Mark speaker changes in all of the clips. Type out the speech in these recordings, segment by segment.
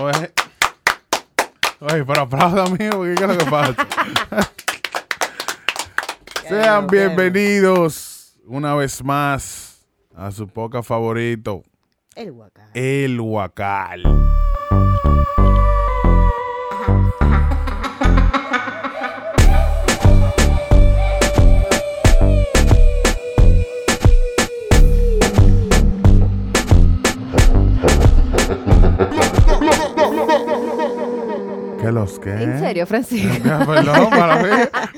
Speaker 1: Oye, oye, pero aplauda, amigo, porque ¿qué es lo que pasa? Sean bienvenidos una vez más a su poca favorito,
Speaker 2: El guacal.
Speaker 1: El Huacal. ¿Qué los qué?
Speaker 3: ¿En serio, Francisco?
Speaker 1: Ya, perdón, para mí.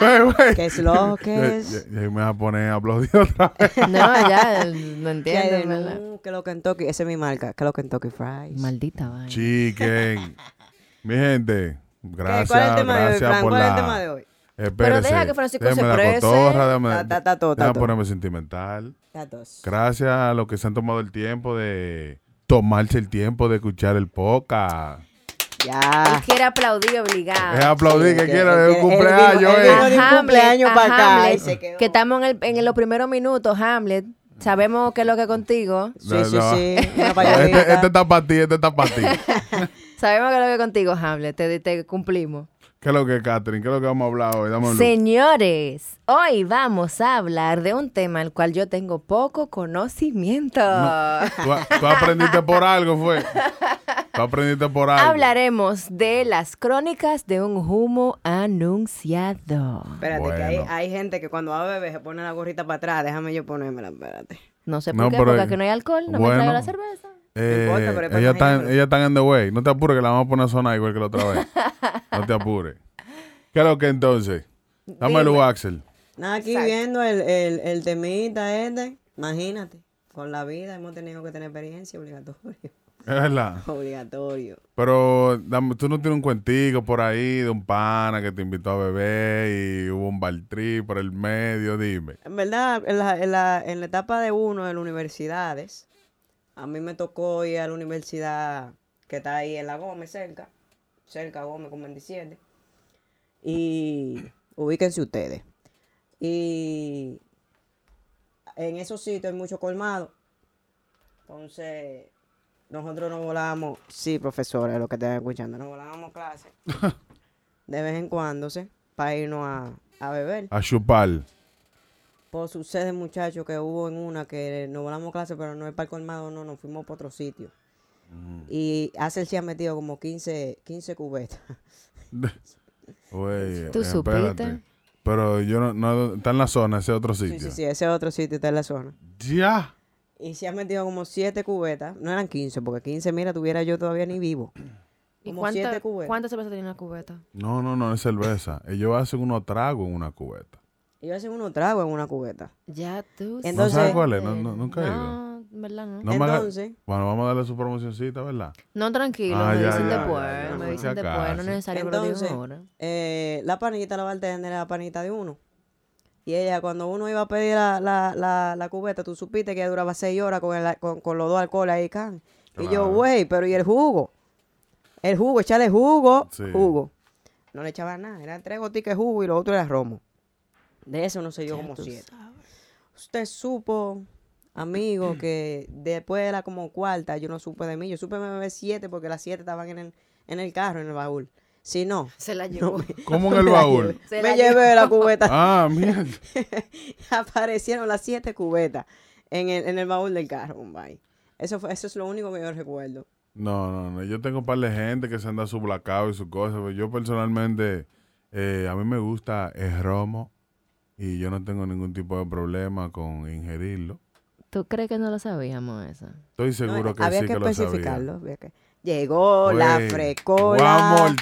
Speaker 1: Güey, güey.
Speaker 2: ¿Qué es lo que
Speaker 1: Ya-
Speaker 2: es?
Speaker 1: ya- ya me vas a poner a aplaudir otra vez.
Speaker 3: No, ya, no
Speaker 2: Que
Speaker 3: entiendo,
Speaker 2: hay de
Speaker 3: ¿verdad?
Speaker 2: nu, que lo Kentucky, esa es mi marca, que lo Kentucky Fries.
Speaker 3: Maldita vaina.
Speaker 1: Chiquen. Mi gente,
Speaker 2: ¿Qué? ¿Cuál es el
Speaker 1: gracias,
Speaker 2: tema de hoy,
Speaker 1: gracias
Speaker 2: Fran?
Speaker 1: por
Speaker 2: ¿Cuál es el
Speaker 1: la-
Speaker 2: tema de hoy?
Speaker 1: Espérese,
Speaker 3: deja que Francisco se
Speaker 1: déjame la
Speaker 3: exprese.
Speaker 1: cotorra, déjame-
Speaker 2: Ta, ta, ta, to, ta,
Speaker 1: déjame
Speaker 2: to.
Speaker 1: ponerme sentimental.
Speaker 2: Las dos.
Speaker 1: Gracias a los que se han tomado el tiempo de tomarse el tiempo de escuchar el podcast.
Speaker 3: Él
Speaker 2: Ya.
Speaker 3: quiere aplaudir obligado.
Speaker 1: Es aplaudir que
Speaker 2: Ah, que-
Speaker 1: quiera, es
Speaker 2: que-
Speaker 1: un
Speaker 2: él
Speaker 1: cumpleaños.
Speaker 2: dijo- él
Speaker 1: eh.
Speaker 2: dijo- de un
Speaker 3: Hamlet,
Speaker 2: cumpleaños
Speaker 3: a
Speaker 2: para acá,
Speaker 3: Hamlet,
Speaker 2: y se quedó.
Speaker 3: que estamos en, el- en los primeros minutos, Hamlet. Sabemos qué es lo que es contigo.
Speaker 2: Sí, sí,
Speaker 1: No,
Speaker 2: sí.
Speaker 1: no.
Speaker 2: Una payadita.
Speaker 1: Este, este está para ti, este está para ti.
Speaker 3: Sabemos qué es lo que es contigo, Hamlet. Te, te cumplimos.
Speaker 1: ¿Qué es lo que, Catherine? ¿Qué es lo que vamos a hablar hoy? Dame luz.
Speaker 3: Señores, hoy vamos a hablar de un tema al cual yo tengo poco conocimiento.
Speaker 1: ¿Tú, tú aprendiste por algo, fue. Tú aprendiste por algo.
Speaker 3: Hablaremos de las crónicas de un humo anunciado.
Speaker 2: Espérate, que hay,
Speaker 1: Bueno.
Speaker 2: hay gente que cuando va a beber se pone la gorrita para atrás. Déjame yo ponérmela, espérate.
Speaker 3: No sé por
Speaker 1: No,
Speaker 3: qué,
Speaker 1: pero-
Speaker 3: porque aquí no hay alcohol, no
Speaker 1: Bueno.
Speaker 3: me traigo la cerveza.
Speaker 1: Eh,
Speaker 2: No importa, pero es para
Speaker 1: ellas, están,
Speaker 2: imaginarlo.
Speaker 1: ellas están en the way. No te apures que la vamos a poner a sonar igual que la otra vez. No te apures. ¿Qué es lo que entonces? Dame luz, Axel.
Speaker 2: Nada, aquí viendo el, el, el temita este. Imagínate, con la vida hemos tenido que tener experiencia obligatorio.
Speaker 1: Es verdad.
Speaker 2: Obligatorio.
Speaker 1: Pero dame- tú no tienes un cuentico por ahí de un pana que te invitó a beber y hubo un baltrí por el medio, dime.
Speaker 2: En verdad, en la, en la, en la etapa de uno en las universidades, a mí me tocó ir a la universidad que está ahí en la Gómez, cerca, cerca a Gómez con 27. Y ubíquense ustedes. Y en esos sitios hay mucho colmado. Entonces, nosotros no volábamos, sí, profesores, los que están escuchando, nos volábamos clases de vez en cuando, ¿sí? Para irnos a, a beber.
Speaker 1: A chupar.
Speaker 2: Pues sucede, muchachos, que hubo en una que nos volamos clase, pero no es para el colmado, no, nos fuimos para otro sitio. Y Axel se ha metido como 15, 15 cubetas.
Speaker 1: Güey,
Speaker 3: Tú supiste.
Speaker 1: eh, Pero yo no, no- Está en la zona, ese otro
Speaker 2: Sí,
Speaker 1: sitio.
Speaker 2: sí, sí, ese otro sitio está en la zona.
Speaker 1: Ya.
Speaker 2: Y se ha metido como 7 cubetas. No eran 15, porque 15, mira, tuviera yo todavía ni vivo.
Speaker 3: ¿Y
Speaker 2: Como 7 cubetas.
Speaker 3: cuántas cervezas tiene una cubeta?
Speaker 1: No, no, no, es cerveza. Ellos hacen unos tragos en una cubeta.
Speaker 2: Y yo hacen unos tragos en una cubeta.
Speaker 3: Ya
Speaker 1: ¿No
Speaker 3: tú
Speaker 2: Entonces-
Speaker 1: sabes cuál es? No, no- nunca he ido.
Speaker 3: No, en ¿verdad? No, no,
Speaker 1: No me haga-
Speaker 2: Entonces-
Speaker 1: Bueno, vamos a darle su promocioncita, ¿verdad?
Speaker 3: tranquilo,
Speaker 1: Ah,
Speaker 3: me
Speaker 1: ya,
Speaker 3: dicen
Speaker 1: ya,
Speaker 3: después,
Speaker 1: ya, ya,
Speaker 3: me
Speaker 1: ya,
Speaker 3: dicen
Speaker 1: si
Speaker 3: después, no
Speaker 1: acaso.
Speaker 3: es necesario que lo digan
Speaker 2: Entonces,
Speaker 3: ahora.
Speaker 2: eh, la panita, la bartender, era la panita de uno. Y ella, cuando uno iba a pedir la, la, la, la cubeta, tú supiste que ella duraba seis horas con, el, con, con los dos alcoholes ahí, can. Y yo,
Speaker 1: Claro.
Speaker 2: güey, pero ¿y el jugo? El jugo, echarle jugo,
Speaker 1: Sí.
Speaker 2: jugo. No le echaba nada, eran tres gotitas de jugo y lo otro era romo. De eso no sé yo como siete. Usted supo, amigo, que después de la como cuarta, yo no supe de mí. Yo supe me bebé siete porque las siete estaban en el, en el carro, en el baúl. Si no,
Speaker 3: Se la llevó.
Speaker 1: ¿Cómo en el baúl?
Speaker 3: Se la
Speaker 2: me llevé la cubeta.
Speaker 1: Ah, mierda.
Speaker 2: Aparecieron las siete cubetas en el, en el baúl del carro, Bombay. Eso, fue, eso es lo único que yo recuerdo.
Speaker 1: No, no, no. Yo tengo un par de gente que se anda su blacado y su cosa. Pero yo personalmente, eh, a mí me gusta el romo y yo no tengo ningún tipo de problema con ingerirlo.
Speaker 3: ¿Tú crees que no lo sabíamos eso?
Speaker 1: Estoy
Speaker 2: No, eh,
Speaker 1: seguro que
Speaker 2: había
Speaker 1: sí
Speaker 2: que
Speaker 1: que lo
Speaker 2: especificarlo.
Speaker 1: sabía.
Speaker 2: había que- Llegó la
Speaker 1: Güey, One
Speaker 2: frescola.
Speaker 1: more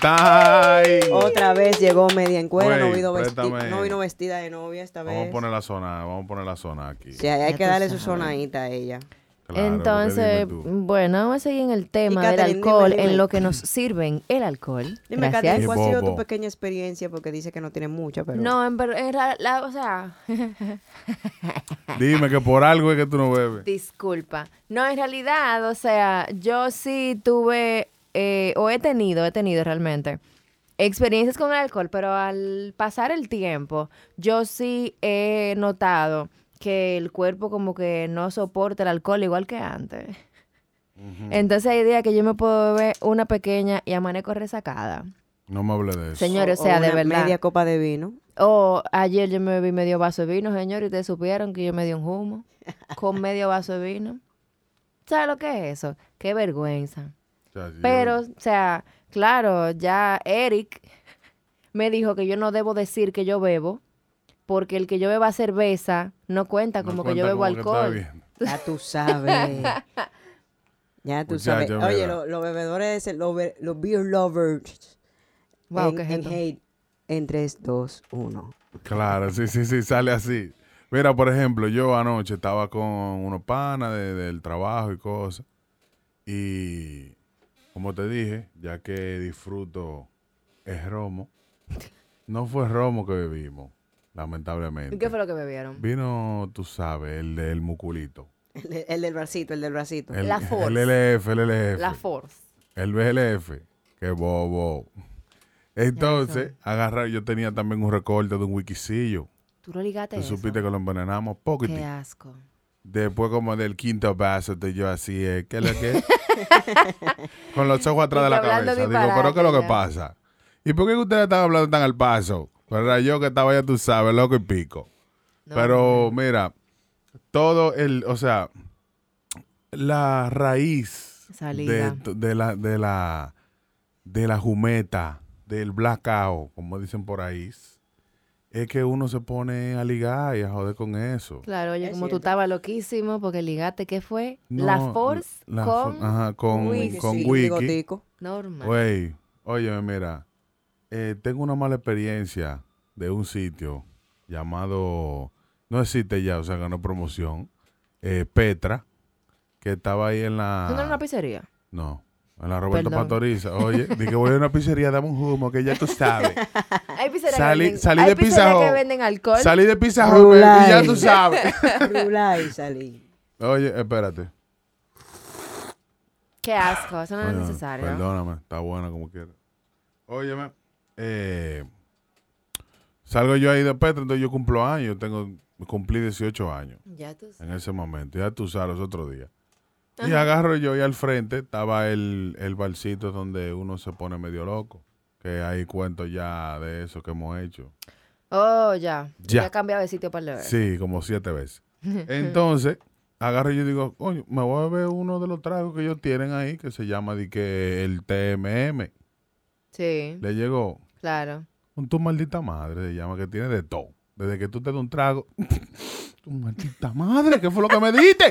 Speaker 1: time.
Speaker 2: Otra vez llegó media encuera, no,
Speaker 1: Güey,
Speaker 2: vino vesti-
Speaker 1: préstame.
Speaker 2: no vino vestida de novia esta vez.
Speaker 1: Vamos a poner la zona, vamos a poner la zona aquí.
Speaker 2: O sea, hay
Speaker 3: Ya
Speaker 2: que
Speaker 3: tú
Speaker 2: darle su
Speaker 3: sabes.
Speaker 2: sonadita a ella.
Speaker 1: Claro, porque
Speaker 3: Entonces,
Speaker 1: dime tú.
Speaker 3: bueno, vamos a seguir en el tema del
Speaker 2: Catherine, dime,
Speaker 3: alcohol,
Speaker 2: dime.
Speaker 3: en lo que nos sirven el alcohol.
Speaker 2: Dime,
Speaker 3: Gracias.
Speaker 2: Katy, ¿cuál ha
Speaker 1: Qué
Speaker 2: sido tu
Speaker 1: bobo.
Speaker 2: pequeña experiencia? Porque dice que no tiene mucha, pero...
Speaker 3: No, en verdad, en ra- la- o sea,
Speaker 1: Dime que por algo es que tú no bebes.
Speaker 3: disculpa. No, en realidad, o sea, yo sí tuve, eh, o he tenido, he tenido realmente, experiencias con el alcohol, pero al pasar el tiempo, yo sí he notado que el cuerpo como que no soporta el alcohol igual que antes. Entonces hay días que yo me puedo beber una pequeña y amanezco resacada.
Speaker 1: No me hable de eso.
Speaker 3: Señores, o, sea,
Speaker 2: una
Speaker 3: de verdad.
Speaker 2: media copa de vino.
Speaker 3: O Oh, ayer yo me bebí medio vaso de vino, señor, y ustedes supieron que yo me di un humo con medio vaso de vino. ¿Sabes lo que es eso? Qué vergüenza.
Speaker 1: O sea, yo-
Speaker 3: Pero, o sea, claro, ya Eric me dijo que yo no debo decir que yo bebo, porque el que yo beba cerveza no cuenta
Speaker 1: no
Speaker 3: como que
Speaker 1: cuenta
Speaker 3: yo bebo
Speaker 1: como que está
Speaker 3: alcohol.
Speaker 1: bebiendo.
Speaker 2: Ya tú sabes. ya tú
Speaker 1: Muchacho,
Speaker 2: sabes. Oye,
Speaker 1: Pues mira.
Speaker 2: lo- los bebedores, ese- los, be- los beer lovers.
Speaker 3: Wow,
Speaker 2: en,
Speaker 3: qué
Speaker 2: en
Speaker 3: gente.
Speaker 2: hate. En 3, 2, 1.
Speaker 1: Claro, sí, sí, sí, sale así. Mira, por ejemplo, yo anoche estaba con unos panas de- del trabajo y cosas. Y como te dije, ya que disfruto es romo, no fue romo que bebimos, lamentablemente.
Speaker 3: ¿Y ¿Qué fue lo que bebieron?
Speaker 1: Vino, tú sabes, el del muculito.
Speaker 2: El, de- el del bracito, el del bracito.
Speaker 1: El,
Speaker 3: La Force.
Speaker 1: El LF, el LF.
Speaker 3: La Force.
Speaker 1: El BLF, que bobo. Entonces, agarrar, yo tenía también un recorte de un wikicillo.
Speaker 3: Tú lo ligaste
Speaker 1: Tú
Speaker 3: eso?
Speaker 1: supiste que lo envenenamos poco.
Speaker 3: Qué asco.
Speaker 1: Después como del quinto vaso te yo así, eh, ¿qué es lo que? Con los ojos atrás
Speaker 3: Y
Speaker 1: de la
Speaker 3: que hablando
Speaker 1: cabeza. Digo, pero ¿qué es lo que
Speaker 3: disparate, ya.
Speaker 1: pasa? ¿Y por qué que ustedes están hablando tan al paso? ¿Verdad? Yo que estaba ya tú sabes, loco y pico.
Speaker 3: No,
Speaker 1: Pero mira, todo el, o sea, la raíz de,
Speaker 3: Salida.
Speaker 1: de la de la de la jumeta, del blackout, como dicen por ahí, es que uno se pone a ligar y a joder con eso.
Speaker 3: Claro, oye,
Speaker 2: Es
Speaker 3: como
Speaker 2: cierto.
Speaker 3: tú estabas loquísimo porque ligaste, ¿qué fue?
Speaker 1: No,
Speaker 3: la Force
Speaker 1: la ah.
Speaker 3: con
Speaker 1: for- ajá, con,
Speaker 3: whisky.
Speaker 1: con
Speaker 2: Sí,
Speaker 1: whisky.
Speaker 2: bigotico.
Speaker 3: Norma.
Speaker 1: Güey, oye, mira, eh, tengo una mala experiencia de un sitio llamado, no existe ya, o sea, ganó promoción, eh, Petra, que estaba ahí en
Speaker 3: ¿Tú no eres una
Speaker 1: la...
Speaker 3: pizzería?
Speaker 1: No, en la Roberto
Speaker 3: Perdón.
Speaker 1: Pastoriza. Oye, dije, voy a una pizzería, dame un humo, que ya tú sabes.
Speaker 3: Hay pizzerías
Speaker 1: Salí-
Speaker 3: que venden,
Speaker 1: salí
Speaker 3: hay
Speaker 1: de Pizza
Speaker 3: pizzerías que
Speaker 1: Hut.
Speaker 3: venden alcohol.
Speaker 1: Salí de Pizza Hut, y ya tú
Speaker 2: Rulay.
Speaker 1: sabes.
Speaker 2: Rula y salí.
Speaker 1: Oye, espérate.
Speaker 3: Qué asco, eso no es
Speaker 1: Oye,
Speaker 3: necesario.
Speaker 1: Perdóname, está buena como quiera. Óyeme, eh, salgo yo ahí de Petra, entonces yo cumplo años, tengo, cumplí 18 años
Speaker 3: Ya tú sabes.
Speaker 1: en ese momento, ya tú sabes, los otros días. Y agarro yo y al frente estaba el, el barcito donde uno se pone medio loco, que hay cuentos ya de eso que hemos hecho.
Speaker 3: Oh, ya.
Speaker 1: Ya.
Speaker 3: Ya, cambiaba de sitio para leer.
Speaker 1: Sí, como siete veces. Entonces, agarro y yo digo, coño, me voy a beber uno de los tragos que ellos tienen ahí, que se llama di que el TMM.
Speaker 3: Sí,
Speaker 1: Le llegó,
Speaker 3: claro.
Speaker 1: Un tu maldita madre se llama que tiene de todo. Desde que tú te das un trago. tu maldita madre, ¿qué fue lo que me diste?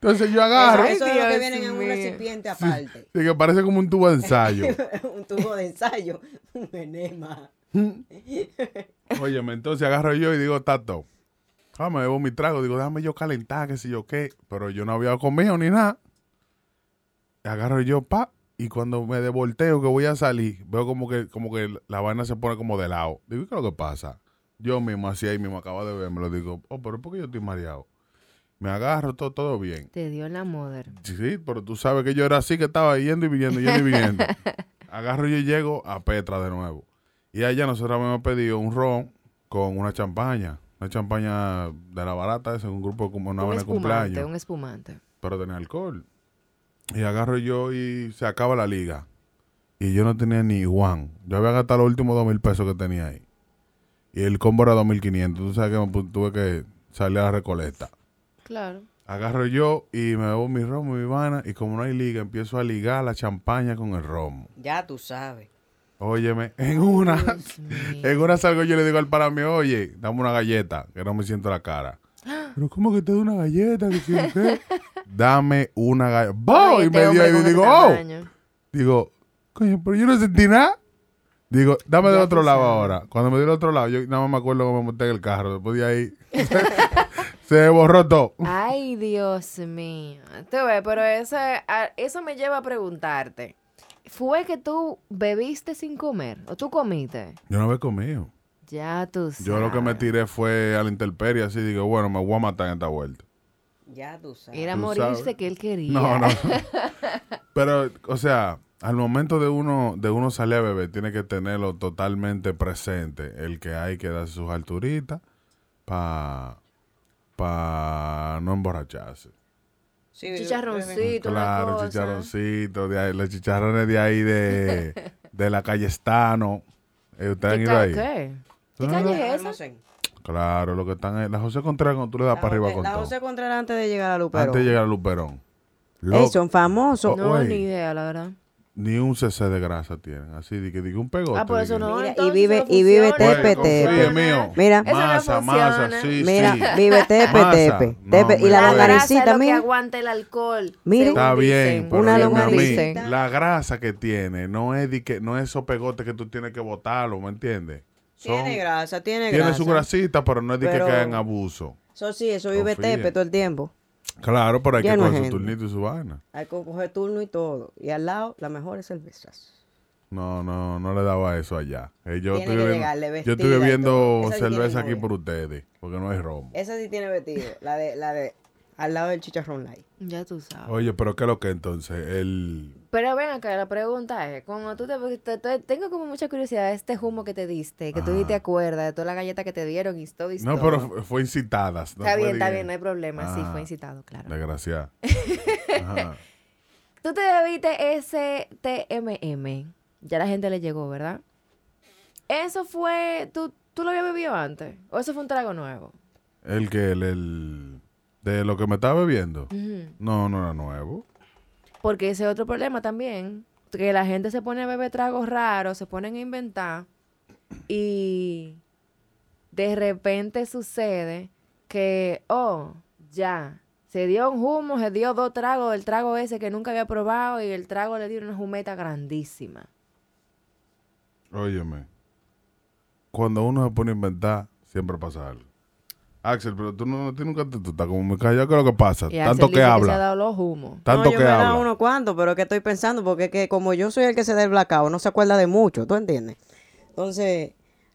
Speaker 1: Entonces yo agarro.
Speaker 2: Eso, eso es lo que
Speaker 3: Dios
Speaker 2: vienen en un
Speaker 3: mío.
Speaker 2: recipiente aparte.
Speaker 1: y que parece como un tubo de ensayo.
Speaker 2: un tubo de ensayo. Un enema.
Speaker 1: Óyeme, entonces agarro yo y digo, Tato, ah, me bebo mi trago. Digo, déjame yo calentar, qué sé yo qué. Pero yo no había comido ni nada. Agarro yo, pa. Y cuando me devolteo que voy a salir, veo como que, como que la vaina se pone como de lado. Digo, ¿qué es lo que pasa? Yo mismo, así ahí mismo, acabo de ver, me lo digo, oh, pero ¿por qué yo estoy mareado? Me agarro, todo, todo bien.
Speaker 3: Te dio la moder.
Speaker 1: Sí, pero tú sabes que yo era así, que estaba yendo y viniendo, yendo y viniendo. Agarro yo y llego a Petra de nuevo. Y allá nosotros habíamos pedido un ron con una champaña. Una champaña de la barata, es un grupo como una
Speaker 3: un
Speaker 1: vaina de
Speaker 3: espumante,
Speaker 1: cumpleaños.
Speaker 3: un espumante.
Speaker 1: Pero tenía alcohol. Y agarro yo y se acaba la liga. Y yo no tenía ni Juan. Yo había gastado los últimos dos mil pesos que tenía ahí. Y el combo era 2.500. Tú sabes que me pu- tuve que salir a la recolecta.
Speaker 3: Claro.
Speaker 1: Agarro yo y me bebo mi romo, mi vana, y como no hay liga, empiezo a ligar la champaña con el romo.
Speaker 2: Ya tú sabes.
Speaker 1: Óyeme, en una,
Speaker 3: Dios mío.
Speaker 1: en una salgo yo y le digo al para mí, oye, dame una galleta, que no me siento la cara. Pero ¿cómo que te doy una galleta? Que sí, ¿qué? Dame una galleta.
Speaker 3: Oye,
Speaker 1: Y
Speaker 3: este
Speaker 1: me dio
Speaker 3: hombre
Speaker 1: ahí
Speaker 3: con
Speaker 1: y
Speaker 3: ese
Speaker 1: digo, oh.
Speaker 3: tamaño.
Speaker 1: Digo, coño, pero yo no sentí nada. Digo, dame del
Speaker 3: Ya
Speaker 1: otro
Speaker 3: tú
Speaker 1: lado
Speaker 3: sabes.
Speaker 1: ahora. Cuando me dio del otro lado, yo nada más me acuerdo cómo me monté en el carro. Después de ahí, se borró todo.
Speaker 3: Ay, Dios mío. Tú ves, pero eso, es- a- eso me lleva a preguntarte. ¿Fue que tú bebiste sin comer? ¿O tú comiste?
Speaker 1: Yo no había comido.
Speaker 3: Ya tú sabes.
Speaker 1: Yo lo que me tiré fue a la intemperie, así digo, bueno, me voy a matar en esta vuelta.
Speaker 2: Ya tú sabes.
Speaker 3: Era
Speaker 1: Tú
Speaker 3: morirse
Speaker 1: sabes.
Speaker 3: que él quería.
Speaker 1: No, no. Pero, o sea, al momento de uno, de uno salir a beber, tiene que tenerlo totalmente presente. El que hay que darse sus alturitas para pa no emborracharse.
Speaker 2: Sí, de- de-
Speaker 3: Chicharroncito, una
Speaker 1: Claro,
Speaker 3: cosa.
Speaker 1: chicharroncito, de ahí, los chicharrones de ahí de, de la calle Estano. Eh, ¿Ustedes han
Speaker 3: ¿Qué
Speaker 1: ido
Speaker 3: ca-
Speaker 1: ahí?
Speaker 3: ¿Qué?
Speaker 1: ¿Tú no
Speaker 3: ¿Qué
Speaker 1: has ido?
Speaker 3: calle es esa?
Speaker 2: almacén.
Speaker 1: Claro, lo que están en la José Contreras cuando tú le das
Speaker 2: La
Speaker 1: para arriba
Speaker 2: José-
Speaker 1: con
Speaker 2: La
Speaker 1: todo.
Speaker 2: José Contreras antes de llegar a Luperón.
Speaker 1: Antes de llegar al Luperón.
Speaker 2: Ey,
Speaker 1: Loco,
Speaker 2: son famosos.
Speaker 1: Oh,
Speaker 3: No,
Speaker 1: Oye.
Speaker 3: ni idea, la verdad.
Speaker 1: Ni un cc de grasa tienen. Así, de que, de que un pegote.
Speaker 3: Ah, por
Speaker 1: de
Speaker 3: eso
Speaker 1: que-
Speaker 3: no.
Speaker 2: Mira, y
Speaker 3: entonces
Speaker 2: vive-
Speaker 3: no
Speaker 2: y vive
Speaker 3: funciona.
Speaker 1: Güey,
Speaker 2: Tepe,
Speaker 1: confíe,
Speaker 2: tepe.
Speaker 1: mío.
Speaker 2: Mira.
Speaker 3: Eso no
Speaker 1: masa, masa,
Speaker 3: funciona.
Speaker 1: sí,
Speaker 2: Mira,
Speaker 1: sí.
Speaker 2: vive Tepe,
Speaker 1: Masa.
Speaker 2: Tepe.
Speaker 1: No,
Speaker 2: Tepe. Y
Speaker 1: mira,
Speaker 2: la
Speaker 1: güey.
Speaker 3: grasa es
Speaker 2: langaricita,
Speaker 3: lo que
Speaker 2: mira.
Speaker 3: aguanta el alcohol.
Speaker 2: Mira.
Speaker 3: según
Speaker 1: Está bien,
Speaker 3: dicen.
Speaker 1: pero
Speaker 2: Una
Speaker 1: dime a mí,
Speaker 2: longaniza.
Speaker 1: la grasa que tiene no es de que no es esos pegotes que tú tienes que botarlo, ¿me entiendes? Son-
Speaker 2: Tiene grasa, tiene grasa.
Speaker 1: tiene su grasita, pero no es de
Speaker 2: Pero-
Speaker 1: que caiga en abuso.
Speaker 2: Eso sí, eso vive
Speaker 1: Confía.
Speaker 2: Tepe todo el tiempo.
Speaker 1: Claro, pero hay
Speaker 2: Ya
Speaker 1: que
Speaker 2: no
Speaker 1: coger
Speaker 2: es
Speaker 1: su
Speaker 2: gente.
Speaker 1: turnito y su vaina.
Speaker 2: Hay que coger turno y todo. Y al lado, las mejores cervezas.
Speaker 1: No, no, no le daba eso allá. Eh, yo,
Speaker 2: Tiene
Speaker 1: estuve
Speaker 2: que
Speaker 1: viendo,
Speaker 2: llegarle
Speaker 1: yo
Speaker 2: vestida
Speaker 1: estuve
Speaker 2: y
Speaker 1: viendo
Speaker 2: todo. Esa sí tiene
Speaker 1: cerveza aquí
Speaker 2: novia.
Speaker 1: por ustedes, porque no hay romo.
Speaker 2: Esa sí tiene vestido. La de, la de, al lado del chicharrón light.
Speaker 3: Ya tú sabes.
Speaker 1: Oye, pero ¿qué es lo que entonces? El...
Speaker 3: Pero ven acá, la pregunta es, cuando tú te, porque te- te- tengo como mucha curiosidad de este humo que te diste, que tú ni
Speaker 1: Ajá.
Speaker 3: te acuerdas de toda la galleta que te dieron y todo y
Speaker 1: No,
Speaker 3: todo.
Speaker 1: pero fu- fue incitadas. no
Speaker 3: está
Speaker 1: fue
Speaker 3: bien,
Speaker 1: de
Speaker 3: está
Speaker 1: que-
Speaker 3: bien, no hay problema, sí,
Speaker 1: Ah.
Speaker 3: fue incitado, claro.
Speaker 1: Desgraciada. Ajá.
Speaker 3: Tú te bebiste ese TMM, ya la gente le llegó, ¿verdad? Eso fue, tú, tú lo habías bebido antes, o eso fue un trago nuevo.
Speaker 1: El que, el, el- De lo que me estaba bebiendo.
Speaker 3: Ujú.
Speaker 1: No, no era nuevo.
Speaker 3: Porque ese es otro problema también, que la gente se pone a beber tragos raros, se ponen a inventar y de repente sucede que, oh, ya, se dio un humo, se dio dos tragos, el trago ese que nunca había probado y el trago le dio una jumeta grandísima.
Speaker 1: Óyeme. Cuando uno se pone a inventar, siempre pasa algo. Axel, pero tú, no, tú nunca te, tú estás como muy callado. ¿Qué es lo que pasa?
Speaker 3: Y Axel
Speaker 1: Tanto
Speaker 3: dice
Speaker 1: que
Speaker 3: se ha
Speaker 1: habla.
Speaker 3: dado los humos.
Speaker 1: Tanto
Speaker 2: no, yo
Speaker 1: que
Speaker 2: me he
Speaker 1: habla.
Speaker 2: dado unos cuantos, pero es que estoy pensando, porque es que como yo soy el que se da el blackout, no se acuerda de mucho, ¿tú entiendes? Entonces,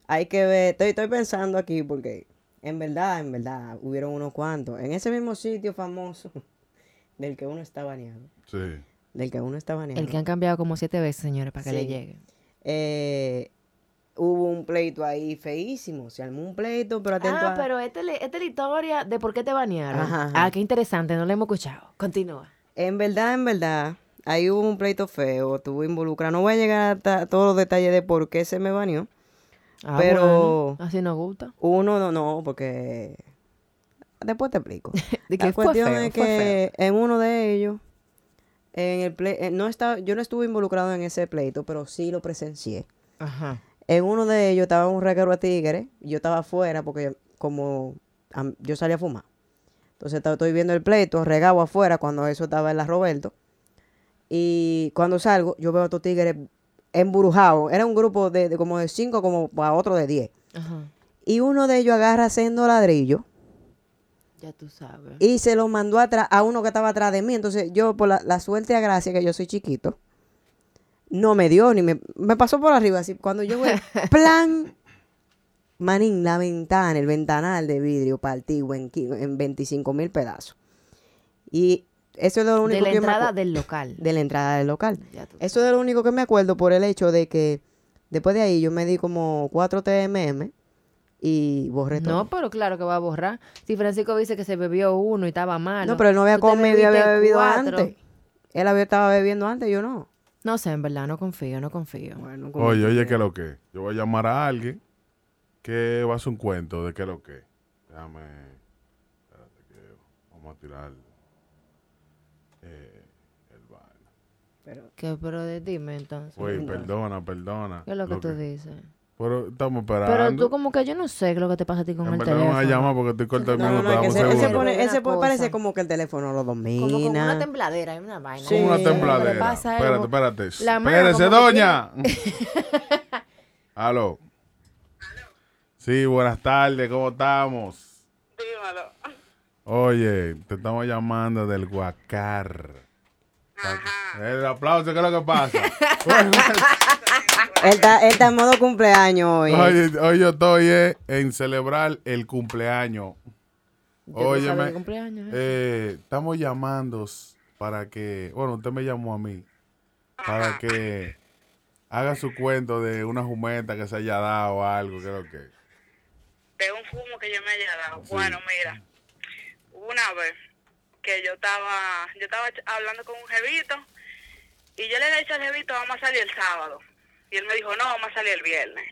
Speaker 2: hay que ver, estoy, estoy pensando aquí, porque en verdad, en verdad, hubieron unos cuantos. En ese mismo sitio famoso del que uno está baneado,
Speaker 1: Sí.
Speaker 2: del que uno está baneado,
Speaker 3: El que han cambiado como siete veces, señores, para que le
Speaker 2: Sí.
Speaker 3: llegue.
Speaker 2: eh, hubo un pleito ahí feísimo, se armó un pleito, pero atento
Speaker 3: Ah,
Speaker 2: a-
Speaker 3: pero esta es la- esta es la historia de por qué te banearon.
Speaker 2: Ajá, ajá.
Speaker 3: Ah, qué interesante, no la hemos escuchado. Continúa.
Speaker 2: En verdad, en verdad, ahí hubo un pleito feo, estuvo involucrado. No voy a llegar hasta a todos los detalles de por qué se me baneó.
Speaker 3: Ah,
Speaker 2: Pero-
Speaker 3: bueno, así nos gusta.
Speaker 2: Uno, no, no, porque... Después te explico.
Speaker 3: De
Speaker 2: La
Speaker 3: que fue
Speaker 2: cuestión
Speaker 3: feo,
Speaker 2: es
Speaker 3: fue feo.
Speaker 2: que en uno de ellos, en el ple- eh, no estaba, yo no estuve involucrado en ese pleito, pero sí lo presencié.
Speaker 3: Ajá.
Speaker 2: En uno de ellos estaba un reguero de tigres. Yo estaba afuera porque como am- yo salía a fumar. Entonces estaba- estoy viendo el pleito, regado afuera cuando eso estaba en la Roberto. Y cuando salgo, yo veo a estos tigres emburujados. Era un grupo de, de como de cinco como a otro de 10.
Speaker 3: Ajá.
Speaker 2: Y uno de ellos agarra haciendo ladrillo
Speaker 3: Ya tú sabes.
Speaker 2: y se lo mandó atrás a uno que estaba atrás de mí. Entonces yo, por la, la suerte y la gracia que yo soy chiquito, no me dio ni me, me pasó por arriba. Así cuando yo voy, plan, manín, la ventana, el ventanal de vidrio partido en, qui- en 25 mil pedazos. Y eso es lo único
Speaker 3: de la
Speaker 2: que yo me
Speaker 3: entrada
Speaker 2: acu-
Speaker 3: del local.
Speaker 2: de la entrada del local.
Speaker 3: Ya tú
Speaker 2: Eso es lo único que me acuerdo por el hecho de que después de ahí yo me di como 4 TMM y borré todo.
Speaker 3: No, pero claro que va a borrar. Si Francisco dice que se bebió uno y estaba malo.
Speaker 2: No, pero él no había
Speaker 3: Ah, tú te
Speaker 2: comido y había
Speaker 3: bebiste
Speaker 2: bebido
Speaker 3: cuatro.
Speaker 2: antes. Él había estado bebiendo antes, yo no.
Speaker 3: No sé, en verdad, no confío, no confío.
Speaker 2: Bueno, como-
Speaker 1: Oye, oye, ¿qué es lo que? Yo voy a llamar a alguien que va a hacer un cuento de qué es lo que. Déjame. Espérate que vamos a tirar eh, el baño.
Speaker 2: Pero,
Speaker 3: ¿Qué? Pero de- dime entonces.
Speaker 1: Güey, perdona, perdona.
Speaker 3: ¿Qué es lo que
Speaker 1: Lo
Speaker 3: tú
Speaker 1: que-
Speaker 3: dices?
Speaker 1: Pero estamos esperando.
Speaker 3: Pero tú como que yo no sé lo que te pasa a ti con
Speaker 1: En
Speaker 3: el
Speaker 1: verdad me
Speaker 3: teléfono.
Speaker 1: van a llamar porque estoy corto de
Speaker 2: no, no,
Speaker 1: minuto,
Speaker 2: no, que
Speaker 1: dame un
Speaker 2: ese, ese
Speaker 1: segundo.
Speaker 2: pone,
Speaker 3: Una
Speaker 2: ese pone- parece
Speaker 3: cosa.
Speaker 2: como que el teléfono lo domina.
Speaker 3: Como con una tembladera, hay una vaina.
Speaker 1: Como una
Speaker 2: Sí,
Speaker 1: tembladera.
Speaker 3: le pasa
Speaker 1: espérate,
Speaker 3: algo.
Speaker 1: espérate.
Speaker 3: La mano
Speaker 1: Espérese,
Speaker 3: como que
Speaker 1: doña. Aló. Sí, buenas tardes, ¿cómo estamos?
Speaker 4: Dímelo.
Speaker 1: Oye, te estamos llamando del Guacar. El aplauso, ¿qué es lo que pasa?
Speaker 2: él, está, él está en modo cumpleaños hoy.
Speaker 1: Oye, hoy yo estoy eh, en celebrar el cumpleaños.
Speaker 3: Ya tú sabes
Speaker 1: Óyeme,
Speaker 3: mi cumpleaños, ¿eh?
Speaker 1: eh, estamos llamando para que, bueno, usted me llamó a mí, para que haga su cuento de una jumenta que se haya dado o algo, creo que.
Speaker 4: De un fumo que yo me haya dado. Bueno, mira. Una vez que yo estaba, yo estaba ch- hablando con un jevito y yo le había dicho al jevito, vamos a salir el sábado. Y él me dijo, no, vamos a salir el viernes.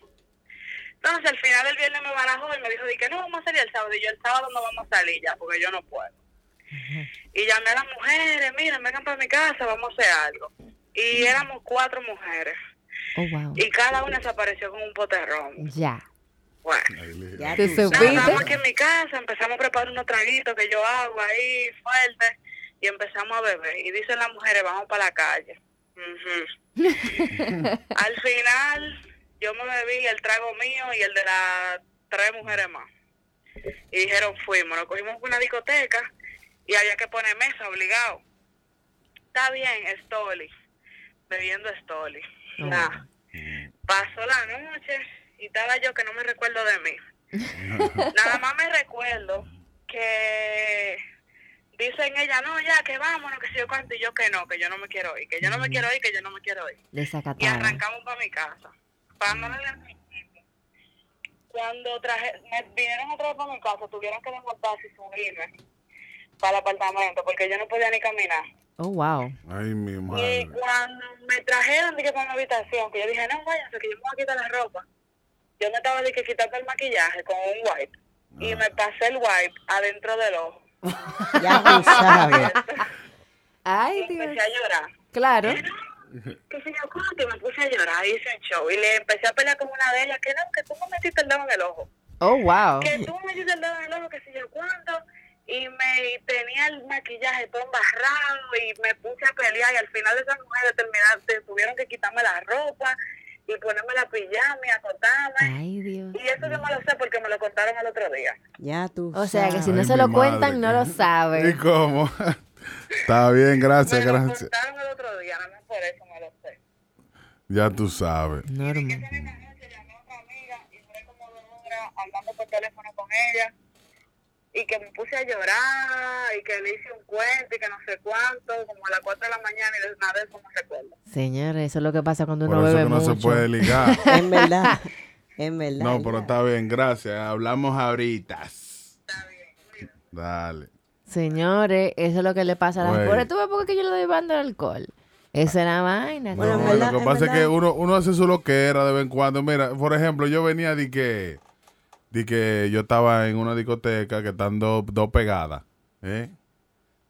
Speaker 4: Entonces al final del viernes me barajó y me dijo, di que no, vamos a salir el sábado. Y yo el sábado no vamos a salir ya, porque yo no puedo. Y llamé a las mujeres, miren, vengan para mi casa, vamos a hacer algo. Y éramos cuatro mujeres.
Speaker 1: Eh.
Speaker 3: Oh, wow.
Speaker 4: Y cada una se apareció con un poterrón.
Speaker 3: Ya.
Speaker 4: Bueno.
Speaker 2: Ya
Speaker 3: Te
Speaker 2: tú
Speaker 3: supiste.
Speaker 4: Nada,
Speaker 2: sabes.
Speaker 4: estábamos aquí en mi casa, empezamos a preparar unos traguitos que yo hago ahí, fuerte, y empezamos a beber. Y dicen las mujeres, vamos para la calle. Ujú. Al final, yo me bebí el trago mío y el de las tres mujeres más. Y dijeron, fuimos, nos cogimos una discoteca y había que poner mesa, obligado. Está bien, Stoli, bebiendo Stoli. Nada. Pasó la noche y estaba yo que no me recuerdo de mí. Nada más me recuerdo que dicen ella, no, ya, que vámonos, que si yo cuánto, y yo que no, que yo no me quiero ir, que yo no me quiero ir, que yo no me quiero ir. Y
Speaker 3: Desacatada.
Speaker 4: arrancamos para mi casa. Para no adelantarme, Cuando traje, me vinieron otra vez para mi casa, tuvieron que desmontarse y subirme para el apartamento, porque yo no podía ni caminar.
Speaker 3: Oh, wow.
Speaker 1: Ay, mi
Speaker 4: Y
Speaker 1: madre.
Speaker 4: cuando me trajeron, dije, para mi habitación, que yo dije, no, váyanse, que yo me voy a quitar la ropa. Yo me estaba, dije, quitando el maquillaje con un wipe.
Speaker 2: Ah.
Speaker 4: Y me pasé el wipe adentro del ojo.
Speaker 2: Ya tú sabes.
Speaker 3: Ay,
Speaker 4: Y
Speaker 3: Dios.
Speaker 4: empecé a llorar.
Speaker 3: Claro.
Speaker 4: Que señor, ¿cuánto? Y me puse a llorar, hice un show. Y le empecé a pelear con una de ellas, que no, que tú me metiste el dedo en el ojo.
Speaker 3: Oh, wow.
Speaker 4: Que tú me metiste el dedo en el ojo, que señor, ¿cuánto? Y me y tenía el maquillaje todo embarrado y me puse a pelear. Y al final esas mujeres terminaron, te- tuvieron que quitarme la ropa y ponerme la pijama y acotarme.
Speaker 3: Ay, Dios.
Speaker 4: Y eso yo me lo sé porque me lo contaron el otro día.
Speaker 2: Ya tú
Speaker 3: O sea, que si
Speaker 1: Ay,
Speaker 3: no se
Speaker 1: mi
Speaker 3: lo
Speaker 1: madre.
Speaker 3: cuentan, no lo
Speaker 1: ¿Y
Speaker 3: saben.
Speaker 1: cómo? Está bien, gracias,
Speaker 4: me lo
Speaker 1: gracias.
Speaker 4: contaron el otro día, nada más por eso me lo sé.
Speaker 1: Ya tú sabes.
Speaker 3: Normal.
Speaker 4: Esa noche llamé a otra amiga y duré como dos horas hablando por teléfono con ella y que me puse a llorar y que le hice un cuento y que no sé cuánto, como a las 4 de la mañana y de nada de eso no recuerdo.
Speaker 3: Señores, eso es lo que pasa cuando
Speaker 1: Por
Speaker 3: uno
Speaker 1: eso
Speaker 3: bebe
Speaker 1: que no
Speaker 3: mucho.
Speaker 1: se puede ligar.
Speaker 2: En verdad. En verdad.
Speaker 1: No, pero
Speaker 2: ya.
Speaker 1: está bien, gracias. Hablamos ahorita. Dale.
Speaker 3: Señores, eso es lo que le pasa a las
Speaker 1: Güey.
Speaker 3: mujeres. Tú ves por qué que yo le doy banda al alcohol. Esa es la vaina.
Speaker 1: No,
Speaker 2: Bueno, en
Speaker 1: lo
Speaker 2: verdad,
Speaker 1: que
Speaker 2: en
Speaker 1: pasa es que
Speaker 2: verdad.
Speaker 1: uno, uno hace su loquera de vez en cuando. Mira, por ejemplo, yo venía de que, de que yo estaba en una discoteca que están dos dos pegadas, ¿eh?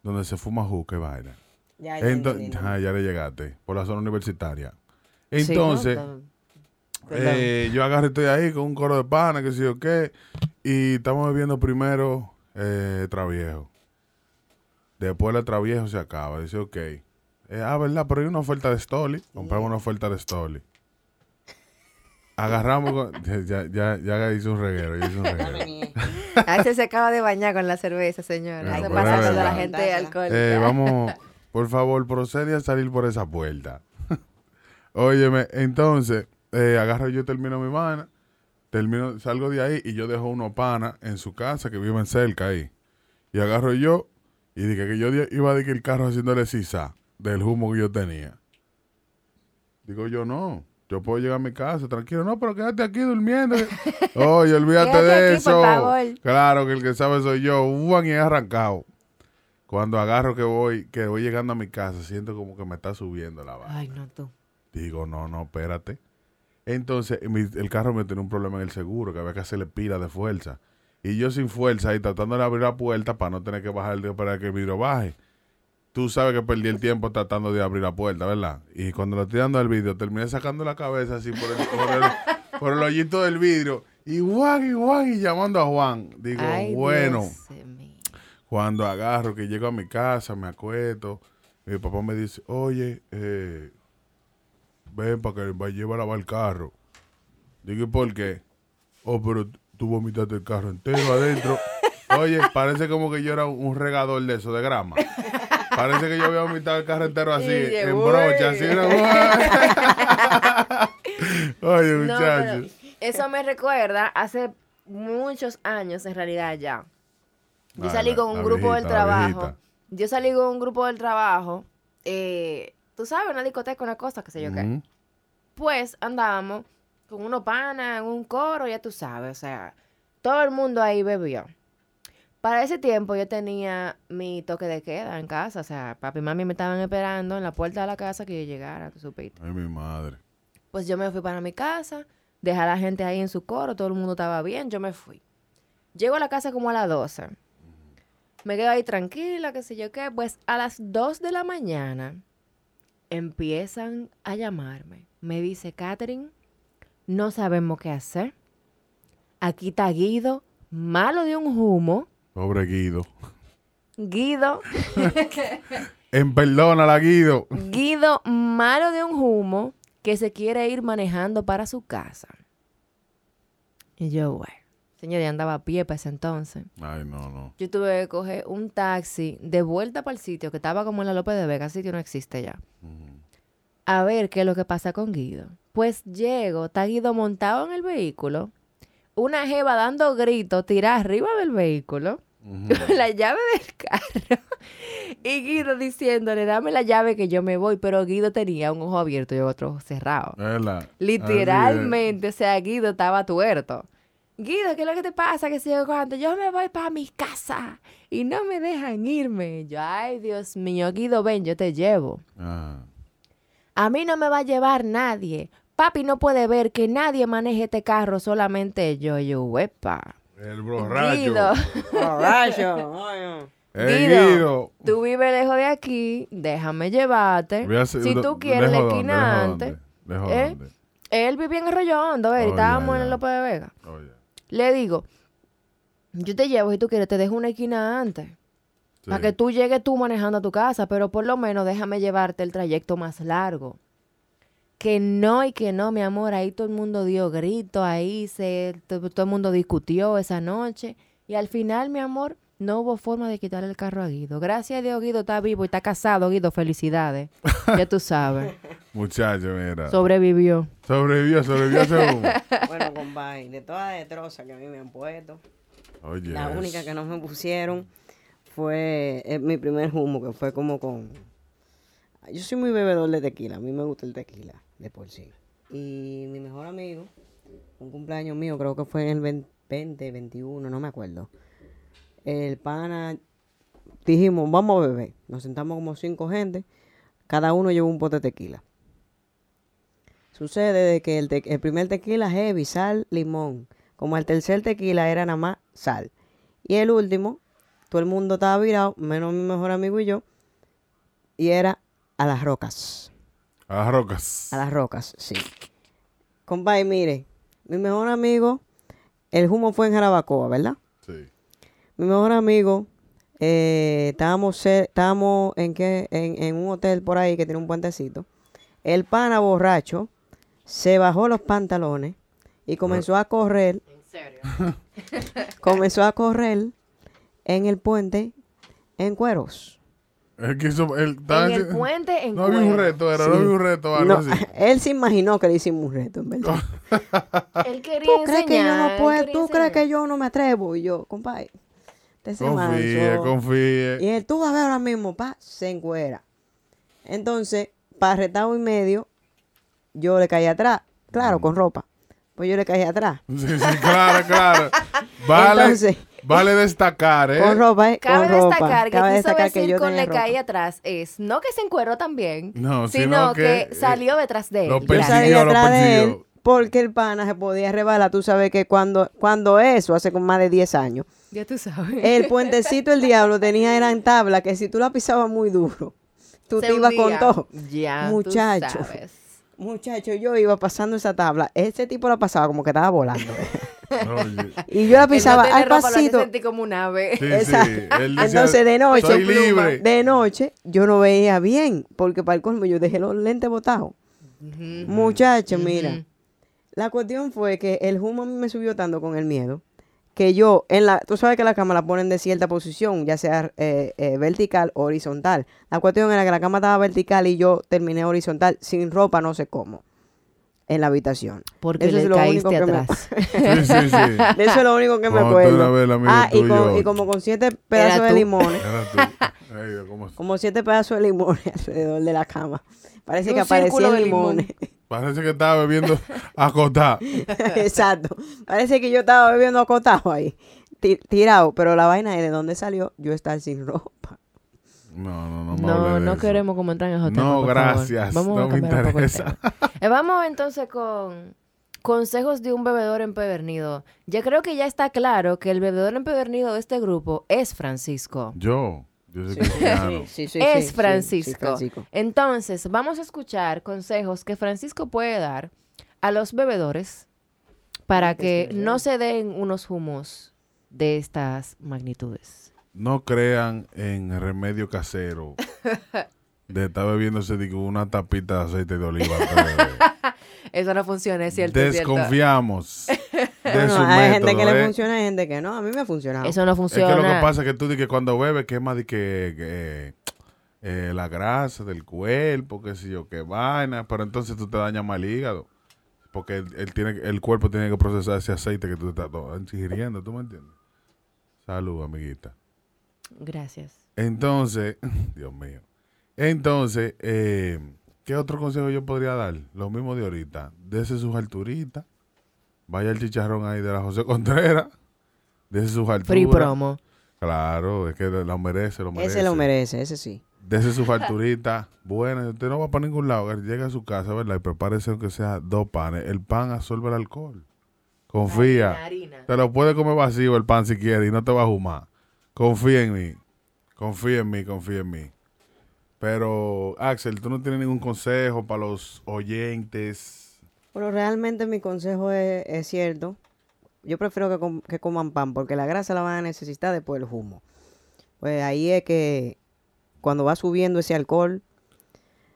Speaker 1: Donde se fuma juca y vaina.
Speaker 2: Ya, ya
Speaker 1: Entonces,
Speaker 2: entendí, ¿no?
Speaker 1: ya le llegaste, por la zona universitaria.
Speaker 3: Sí,
Speaker 1: Entonces,
Speaker 3: ¿no? Tan-
Speaker 2: Perdón.
Speaker 1: eh, yo agarré estoy ahí con un coro de pana, que sé yo qué, y estamos bebiendo primero eh, Traviejo. Después el Traviejo se acaba, dice ok. Eh, ah, ¿verdad? Pero hay una oferta de Stoli. Compramos una oferta de Stoli. Agarramos, con- ya, ya, ya hice un reguero, ya hice un reguero.
Speaker 3: A ese se acaba de bañar con la cerveza, señora.
Speaker 1: Bueno,
Speaker 3: Eso
Speaker 1: pues,
Speaker 3: pasa
Speaker 1: es
Speaker 3: cuando la
Speaker 1: verdad.
Speaker 3: gente alcohólica.
Speaker 1: Eh, vamos, por favor, procede a salir por esa puerta. Óyeme, entonces, eh, agarro yo, termino mi mana, termino, salgo de ahí y yo dejo uno pana en su casa que viven cerca ahí. Y agarro yo y dije que yo di- iba de que el carro haciéndole sisa del humo que yo tenía. Digo yo, no, yo puedo llegar a mi casa tranquilo. No, pero quédate aquí durmiendo. Oye, olvídate
Speaker 3: Quédate
Speaker 1: de
Speaker 3: aquí, por
Speaker 1: eso.
Speaker 3: favor.
Speaker 1: Claro, que el que sabe soy yo. Uan y he arrancado. Cuando agarro que voy, que voy llegando a mi casa, siento como que me está subiendo la barra.
Speaker 3: Ay, no tú.
Speaker 1: Digo, no, no, espérate. Entonces, mi- el carro me tenía un problema en el seguro, que había que hacerle pila de fuerza. Y yo sin fuerza ahí tratando de abrir la puerta para no tener que bajar el- para que el vidrio baje. Tú sabes que perdí el tiempo tratando de abrir la puerta, ¿verdad? Y cuando lo estoy dando al vidrio, terminé sacando la cabeza así por el, por el- por el hoyito del vidrio. Y Juan, y Juan, y llamando a Juan. Digo,
Speaker 3: Ay,
Speaker 1: bueno.
Speaker 3: Dios mío.
Speaker 1: Cuando agarro, que llego a mi casa, me acuesto, mi papá me dice, oye, eh, ven para que vaya llevar a lavar el carro. Digo, "¿Y ¿por qué? Oh, pero t- tú vomitaste el carro entero adentro. Oye, parece como que yo era un un regador de eso, de grama. Parece que yo había vomitado el carro entero así,
Speaker 3: Y dije,
Speaker 1: en brocha,
Speaker 3: "Uy".
Speaker 1: así. ¿no? oye,
Speaker 3: No, pero
Speaker 1: muchachos.
Speaker 3: eso me recuerda hace muchos años en realidad ya. Yo
Speaker 1: Ah,
Speaker 3: salí
Speaker 1: la-
Speaker 3: con un
Speaker 1: la
Speaker 3: grupo
Speaker 1: viejita,
Speaker 3: del
Speaker 1: la
Speaker 3: trabajo.
Speaker 1: viejita.
Speaker 3: Yo salí con un grupo del trabajo. eh, Tú sabes, una discoteca, una cosa, qué sé yo qué.
Speaker 1: Ujú.
Speaker 3: Pues andábamos con unos panas en un coro, ya tú sabes, o sea, todo el mundo ahí bebió. Para ese tiempo yo tenía mi toque de queda en casa. O sea, papi y mami me estaban esperando en la puerta de la casa que yo llegara, tú supiste.
Speaker 1: Ay, mi madre.
Speaker 3: Pues yo me fui para mi casa, dejé a la gente ahí en su coro, todo el mundo estaba bien, yo me fui. Llego a la casa como a las 12. Me quedo ahí tranquila, qué sé yo qué. Pues a las 2 de la mañana empiezan a llamarme. Me dice, Catherine, no sabemos qué hacer. Aquí está Guido, malo de un humo.
Speaker 1: Pobre Guido.
Speaker 3: Guido,
Speaker 1: En perdónala, Guido.
Speaker 3: Guido, malo de un humo, que se quiere ir manejando para su casa. Y yo, bueno, señor, ya andaba a pie para ese entonces.
Speaker 1: Ay, no, no.
Speaker 3: Yo tuve que coger un taxi de vuelta para el sitio, que estaba como en la López de Vega, sitio no existe ya. A ver qué es lo que pasa con Guido. Pues llego, está Guido montado en el vehículo, una jeva dando gritos, tirada arriba del vehículo, con la llave del carro, y Guido diciéndole, dame la llave que yo me voy, pero Guido tenía un ojo abierto y otro ojo cerrado.
Speaker 1: Vela. eh,
Speaker 3: Literalmente, o sea, Guido estaba tuerto. Guido, ¿qué es lo que te pasa? Que si yo cuando yo me voy para mi casa y no me dejan irme. Yo, ay, Dios mío, Guido, ven, yo te llevo.
Speaker 1: Así es. Ah.
Speaker 3: A mí no me va a llevar nadie. Papi no puede ver que nadie maneje este carro, solamente yo. Y Yo, huepa.
Speaker 1: El borracho. Eh,
Speaker 3: Guido.
Speaker 2: Borracho. Oye.
Speaker 1: El Guido.
Speaker 3: Guido, tú vives lejos de aquí, déjame llevarte.
Speaker 1: Voy a hacer-
Speaker 3: Si
Speaker 1: do-
Speaker 3: tú quieres la
Speaker 1: ¿lejos dónde?
Speaker 3: esquina
Speaker 1: ¿Lejos
Speaker 3: antes.
Speaker 1: dónde? ¿Lejos
Speaker 3: ¿Eh?
Speaker 1: dónde?
Speaker 3: Él vivía en Arroyo Hondo, él,
Speaker 1: Oh,
Speaker 3: estábamos
Speaker 1: ya,
Speaker 3: en el
Speaker 1: ya.
Speaker 3: López de Vega.
Speaker 1: Oye.
Speaker 3: Le digo, yo te llevo si tú quieres, te dejo una esquina antes.
Speaker 1: sí.
Speaker 3: Para que tú llegues tú manejando a tu casa, pero por lo menos déjame llevarte el trayecto más largo. Que no y que no, mi amor. Ahí todo el mundo dio gritos, ahí se, to- todo el mundo discutió esa noche. Y al final, mi amor, no hubo forma de quitarle el carro a Guido. Gracias a Dios, Guido está vivo y está casado, Guido. Felicidades. Ya tú sabes.
Speaker 1: Muchacho, mira.
Speaker 3: Sobrevivió.
Speaker 1: sobrevivió, sobrevivió a ese humo.
Speaker 2: Bueno, compadre, de todas las destrozas que a mí me han puesto,
Speaker 1: Oye.
Speaker 2: la
Speaker 1: eso.
Speaker 2: única que no me pusieron fue eh, mi primer humo, que fue como con... Yo soy muy bebedor de tequila, a mí me gusta el tequila, de por sí. Y mi mejor amigo, un cumpleaños mío, creo que fue en el 20, 20, 21, no me acuerdo. El pana, dijimos, vamos a beber. Nos sentamos como cinco gente, cada uno llevó un pote de tequila. Sucede de que el, te- el primer tequila heavy, sal, limón. Como el tercer tequila era nada más sal. Y el último, todo el mundo estaba virado, menos mi mejor amigo y yo. Y era a las rocas.
Speaker 1: A las rocas.
Speaker 2: A las rocas, sí. Compay, mire, mi mejor amigo, el humo fue en Jarabacoa, ¿verdad?
Speaker 1: Sí.
Speaker 2: Mi mejor amigo, eh, estábamos, cer- estábamos en, qué? En, en un hotel por ahí que tiene un puentecito. El pana borracho se bajó los pantalones y comenzó a correr. ¿En serio? comenzó a correr en el puente en cueros.
Speaker 1: Él quiso. Él, estaba
Speaker 3: En el
Speaker 1: haciendo-
Speaker 3: puente en
Speaker 1: No había un
Speaker 3: cuero.
Speaker 1: reto, era.
Speaker 2: Sí.
Speaker 1: No había un reto, algo
Speaker 2: No,
Speaker 1: así.
Speaker 2: él se imaginó que le hicimos un reto, en verdad.
Speaker 3: Él quería
Speaker 2: ¿Tú crees que yo no
Speaker 3: enseñar, él
Speaker 2: puedo?
Speaker 3: quería
Speaker 2: ¿Tú crees
Speaker 3: enseñar.
Speaker 2: que yo no me atrevo? Y yo, compadre, te se
Speaker 1: Confíe,
Speaker 2: manso. Y
Speaker 1: confíe.
Speaker 2: él, tú vas a ver ahora mismo, pa, se encuera. Entonces, para retado y medio, yo le caí atrás, claro,
Speaker 1: Mm.
Speaker 2: con ropa. Pues yo le caí atrás,
Speaker 1: Sí, sí, claro, claro. Vale,
Speaker 2: Entonces-
Speaker 1: vale destacar, ¿eh?
Speaker 2: con ropa, eh,
Speaker 3: Cabe
Speaker 2: con ropa.
Speaker 3: destacar que
Speaker 2: Cabe
Speaker 3: quiso
Speaker 2: destacar que
Speaker 3: decir
Speaker 2: yo
Speaker 3: con
Speaker 2: tenía
Speaker 3: le
Speaker 2: ropa.
Speaker 3: caí atrás es no que se encueró también,
Speaker 1: No,
Speaker 3: sino,
Speaker 1: sino
Speaker 3: que,
Speaker 1: que, eh,
Speaker 3: salió detrás de él.
Speaker 1: lo
Speaker 2: Yo
Speaker 1: persiguió,
Speaker 3: gracias.
Speaker 2: salí
Speaker 1: lo
Speaker 2: atrás de él
Speaker 1: persiguió.
Speaker 2: porque el pana se podía rebalar. Tú sabes que cuando, cuando eso, hace con más de 10 años,
Speaker 3: Ya tú sabes.
Speaker 2: el puentecito del diablo tenía, eran tablas que si tú la pisabas muy duro, tú
Speaker 3: Se
Speaker 2: te ibas con
Speaker 3: hundía.
Speaker 2: todo.
Speaker 3: Ya,
Speaker 2: Muchacho.
Speaker 3: Tú sabes.
Speaker 2: Muchacho, yo iba pasando esa tabla. Ese tipo la pasaba como que estaba volando.
Speaker 1: Oye.
Speaker 2: Y yo la
Speaker 3: El no
Speaker 2: pisaba
Speaker 3: tener
Speaker 2: al
Speaker 3: ropa lo hace
Speaker 2: pasito.
Speaker 3: sentir como un ave.
Speaker 1: Sí,
Speaker 2: Esa-
Speaker 1: sí. Él decía,
Speaker 2: Entonces de noche,
Speaker 1: Soy
Speaker 2: pluma,
Speaker 1: libre.
Speaker 2: de noche, yo no veía bien, porque para el colmo yo dejé los lentes botados. Muchacho,
Speaker 3: Mm.
Speaker 2: mira, la cuestión fue que el humo a mí me subió tanto con el miedo que yo en la, tú sabes que la cama la ponen de cierta posición, ya sea eh, eh, vertical o horizontal. La cuestión era que la cama estaba vertical y yo terminé horizontal sin ropa, no sé cómo, en la habitación.
Speaker 3: Porque
Speaker 2: Eso
Speaker 3: le
Speaker 2: es lo único
Speaker 3: caíste
Speaker 2: que me-
Speaker 3: atrás.
Speaker 1: Sí, sí, sí.
Speaker 2: De eso es lo único que me
Speaker 1: Cuando tú
Speaker 2: acuerdo.
Speaker 1: la ves, el amigo
Speaker 2: ah, y,
Speaker 1: tuyo-
Speaker 2: con- y como con siete pedazos de
Speaker 3: tú.
Speaker 2: limones.
Speaker 1: Era tú. Ay, Dios, ¿cómo?
Speaker 2: como siete pedazos de limones alrededor de la cama. Parece
Speaker 3: Un
Speaker 2: que
Speaker 3: círculo
Speaker 2: aparecían
Speaker 3: de limón.
Speaker 2: limones.
Speaker 1: Parece que estaba bebiendo acotada.
Speaker 2: Exacto. Parece que yo estaba bebiendo acotado ahí. ti- tirado, pero la vaina es de dónde salió yo estar sin ropa.
Speaker 1: No, no, no. me hable
Speaker 3: No,
Speaker 1: de
Speaker 3: no
Speaker 1: eso.
Speaker 3: queremos comentar en
Speaker 1: No,
Speaker 3: esos temas, por favor.
Speaker 1: gracias,
Speaker 3: Vamos a
Speaker 1: no me
Speaker 3: cambiar un poco el
Speaker 1: interesa.
Speaker 3: tema. Eh, vamos entonces con consejos de un bebedor empedernido. Ya creo que ya está claro que el bebedor empedernido de este grupo es Francisco.
Speaker 1: Yo, yo soy cristiano.
Speaker 2: sí, sí,
Speaker 3: es
Speaker 2: sí, sí,
Speaker 3: Francisco.
Speaker 2: sí, Francisco.
Speaker 3: Entonces, vamos a escuchar consejos que Francisco puede dar a los bebedores para que no se den unos humos de estas magnitudes.
Speaker 1: No crean en remedio casero de estar bebiéndose digo, una tapita de aceite de oliva.
Speaker 3: Eso no funciona, es cierto. es cierto.
Speaker 1: Desconfiamos de
Speaker 2: Bueno,
Speaker 1: su
Speaker 2: hay gente
Speaker 1: método,
Speaker 2: que le
Speaker 1: ¿eh?
Speaker 2: funciona, hay gente que no. A mí me ha funcionado.
Speaker 3: Eso no
Speaker 1: Es que lo que
Speaker 3: funciona.
Speaker 1: pasa es que tú dices que cuando bebes quema de que, que, eh, la grasa del cuerpo, qué sé yo, qué vaina, pero entonces tú te dañas más el hígado. Porque él, él tiene, el cuerpo tiene que procesar ese aceite que tú estás to- ingiriendo, ¿tú me entiendes? Salud, amiguita.
Speaker 3: Gracias.
Speaker 1: Entonces, Dios mío. Entonces, eh, ¿qué otro consejo yo podría dar? Lo mismo de ahorita. Dese sus alturitas. Vaya el chicharrón ahí de la José Contreras. Dese sus alturas.
Speaker 3: Free promo.
Speaker 1: Claro, es que lo merece, lo merece.
Speaker 2: ese lo merece, ese sí.
Speaker 1: Dese sus alturitas. Bueno, usted no va para ningún lado. Llega a su casa, ¿verdad? Y prepárese aunque sea dos panes. El pan absorbe el alcohol. Confía. Te lo puede comer vacío el pan si quiere y no te va a humar. Confía en mí. Confía en mí, confía en mí. Pero, Axel, tú no tienes ningún consejo para los oyentes.
Speaker 2: Pero realmente mi consejo es, es cierto. Yo prefiero que, com- que coman pan porque la grasa la van a necesitar después del humo. Pues ahí es que cuando va subiendo ese alcohol,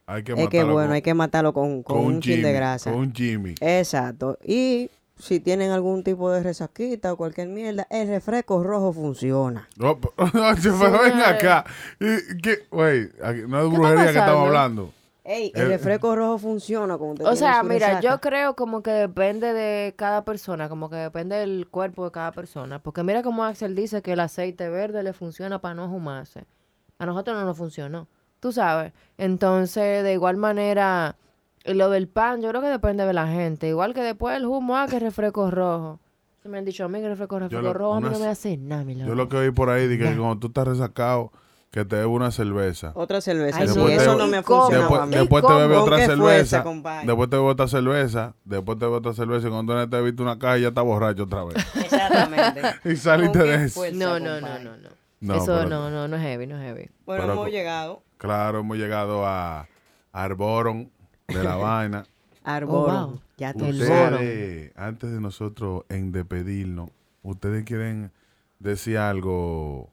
Speaker 1: Hay que
Speaker 2: es que
Speaker 1: matarlo
Speaker 2: bueno,
Speaker 1: con-
Speaker 2: hay que matarlo con, con un chin de
Speaker 1: Jimmy,
Speaker 2: grasa.
Speaker 1: Con un Jimmy.
Speaker 2: Exacto. Y si tienen algún tipo de resaquita o cualquier mierda, el refresco rojo funciona.
Speaker 1: No, pero- pero ven acá. Y- ¿Qué? Güey, aquí- no es
Speaker 3: está
Speaker 1: brujería que
Speaker 3: pasando?
Speaker 1: estamos hablando.
Speaker 2: Ey, el
Speaker 1: Eh,
Speaker 2: refresco rojo funciona cuando usted
Speaker 3: O
Speaker 2: tiene
Speaker 3: sea,
Speaker 2: su
Speaker 3: mira, yo
Speaker 2: resaca.
Speaker 3: creo como que depende de cada persona, como que depende del cuerpo de cada persona. Porque mira como Axel dice que el aceite verde le funciona para no fumarse. A nosotros no nos funcionó, tú sabes. Entonces, de igual manera, lo del pan, yo creo que depende de la gente. Igual que después el humo, ah, que refresco rojo. Se me han dicho a mí que refresco, refresco
Speaker 1: lo-
Speaker 3: rojo, a mí
Speaker 1: una
Speaker 3: no me
Speaker 1: se-
Speaker 3: hace nada, mi
Speaker 1: Yo
Speaker 3: loco.
Speaker 1: lo que oí por ahí, dije que
Speaker 3: Ya.
Speaker 1: cuando tú estás resacado, que te debo una cerveza.
Speaker 2: Otra cerveza.
Speaker 3: Ay,
Speaker 2: sí,
Speaker 1: después te-
Speaker 2: eso no me ha
Speaker 3: ¿Cómo?
Speaker 2: funcionado
Speaker 1: Después,
Speaker 2: a mí.
Speaker 1: después te
Speaker 3: ¿Cómo?
Speaker 1: bebe
Speaker 2: ¿Con
Speaker 1: otra
Speaker 2: qué fuerza,
Speaker 1: cerveza.
Speaker 2: compadre?
Speaker 1: después te bebe otra cerveza. Después te bebe otra cerveza. Y cuando tú no te viste una caja, ya está borracho otra vez.
Speaker 2: Exactamente.
Speaker 1: y saliste
Speaker 2: ¿Con qué
Speaker 1: de eso.
Speaker 2: fuerza,
Speaker 3: No, no, no,
Speaker 2: compadre?
Speaker 3: no, no.
Speaker 1: No,
Speaker 3: Eso
Speaker 1: pero-
Speaker 3: no, no, no es heavy, no es heavy.
Speaker 2: Bueno,
Speaker 1: Para
Speaker 2: hemos
Speaker 1: co-
Speaker 2: llegado.
Speaker 1: Claro, hemos llegado a Arboron de la vaina.
Speaker 2: Arboron.
Speaker 3: Oh, wow.
Speaker 2: Ya tú
Speaker 3: El
Speaker 2: sabes.
Speaker 1: Ustedes, antes de nosotros en despedirnos, ustedes quieren decir algo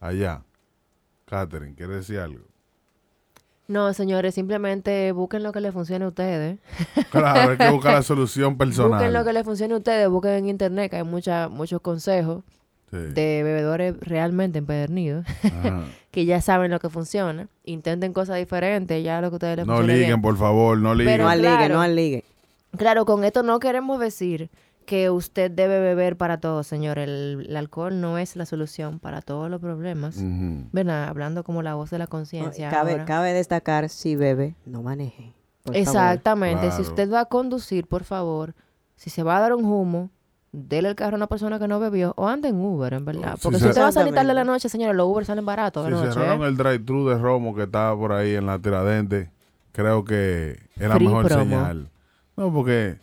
Speaker 1: allá. Catherine, ¿quieres decir algo?
Speaker 3: No, señores, simplemente busquen lo que les funcione a ustedes.
Speaker 1: Claro, hay que buscar la solución
Speaker 3: Busquen lo que
Speaker 1: personal.
Speaker 3: les funcione a ustedes, busquen en internet que hay mucha, muchos consejos
Speaker 1: Sí,
Speaker 3: de bebedores realmente empedernidos
Speaker 1: ajá.
Speaker 3: que ya saben lo que funciona. Intenten cosas diferentes, ya lo que a ustedes les
Speaker 1: No
Speaker 3: funcione bien.
Speaker 1: liguen, por favor, no liguen.
Speaker 3: Pero
Speaker 2: No aligue,
Speaker 3: claro.
Speaker 2: no aligue.
Speaker 3: Claro, con esto no queremos decir que usted debe beber para todo, señor. El, el alcohol no es la solución para todos los problemas.
Speaker 1: Ujú.
Speaker 3: ¿Verdad? Hablando como la voz de la
Speaker 2: No, y
Speaker 3: conciencia.
Speaker 2: Cabe,
Speaker 3: ahora.
Speaker 2: cabe destacar, si bebe, no maneje. por favor.
Speaker 3: Exactamente. Si
Speaker 1: Claro.
Speaker 3: usted va a conducir, por favor, si se va a dar un humo, dele el carro a una persona que no bebió o ande en Uber, en verdad.
Speaker 1: Si
Speaker 3: Porque si,
Speaker 1: se-
Speaker 3: usted va a salir tarde
Speaker 2: Exactamente.
Speaker 3: de la noche, señores, los Uber salen baratos de
Speaker 1: Si
Speaker 3: noche.
Speaker 1: cerraron
Speaker 3: ¿eh?
Speaker 1: el drive-thru de Romo que estaba por ahí en la Tiradente, creo que es la
Speaker 3: Free
Speaker 1: mejor
Speaker 3: promo.
Speaker 1: señal. No, porque,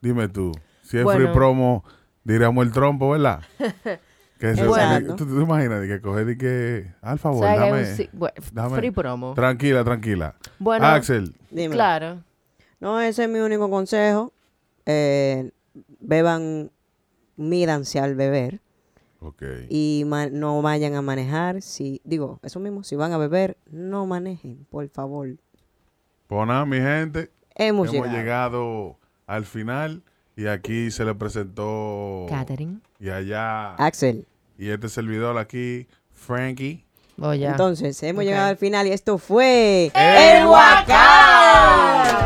Speaker 1: dime tú, si es free
Speaker 3: Bueno.
Speaker 1: promo, diríamos el trompo, ¿verdad? Que se-
Speaker 2: Bueno.
Speaker 1: ¿tú, tú te imaginas? De que coger de que, al
Speaker 3: O
Speaker 1: favor,
Speaker 3: sea, que hay un
Speaker 1: dame,
Speaker 3: si- bueno, f-
Speaker 1: dame-
Speaker 3: Free promo.
Speaker 1: Tranquila, tranquila.
Speaker 3: Bueno,
Speaker 1: Axel,
Speaker 2: Dímelo.
Speaker 3: claro.
Speaker 2: No, ese es mi único consejo. Eh, beban, mídanse al beber
Speaker 1: ok.
Speaker 2: y ma- no vayan a manejar. Si, digo, eso mismo, si van a beber, no manejen, por favor.
Speaker 1: Pues nada, mi gente,
Speaker 2: Hemos,
Speaker 1: hemos
Speaker 2: llegado.
Speaker 1: llegado al final y aquí se le presentó
Speaker 2: Oh.
Speaker 3: Catherine.
Speaker 1: y allá
Speaker 2: Axel.
Speaker 1: y este servidor aquí, Frankie.
Speaker 3: Oye.
Speaker 2: Entonces, hemos
Speaker 3: Ok.
Speaker 2: llegado al final y esto fue
Speaker 1: ¡El
Speaker 2: Huacao!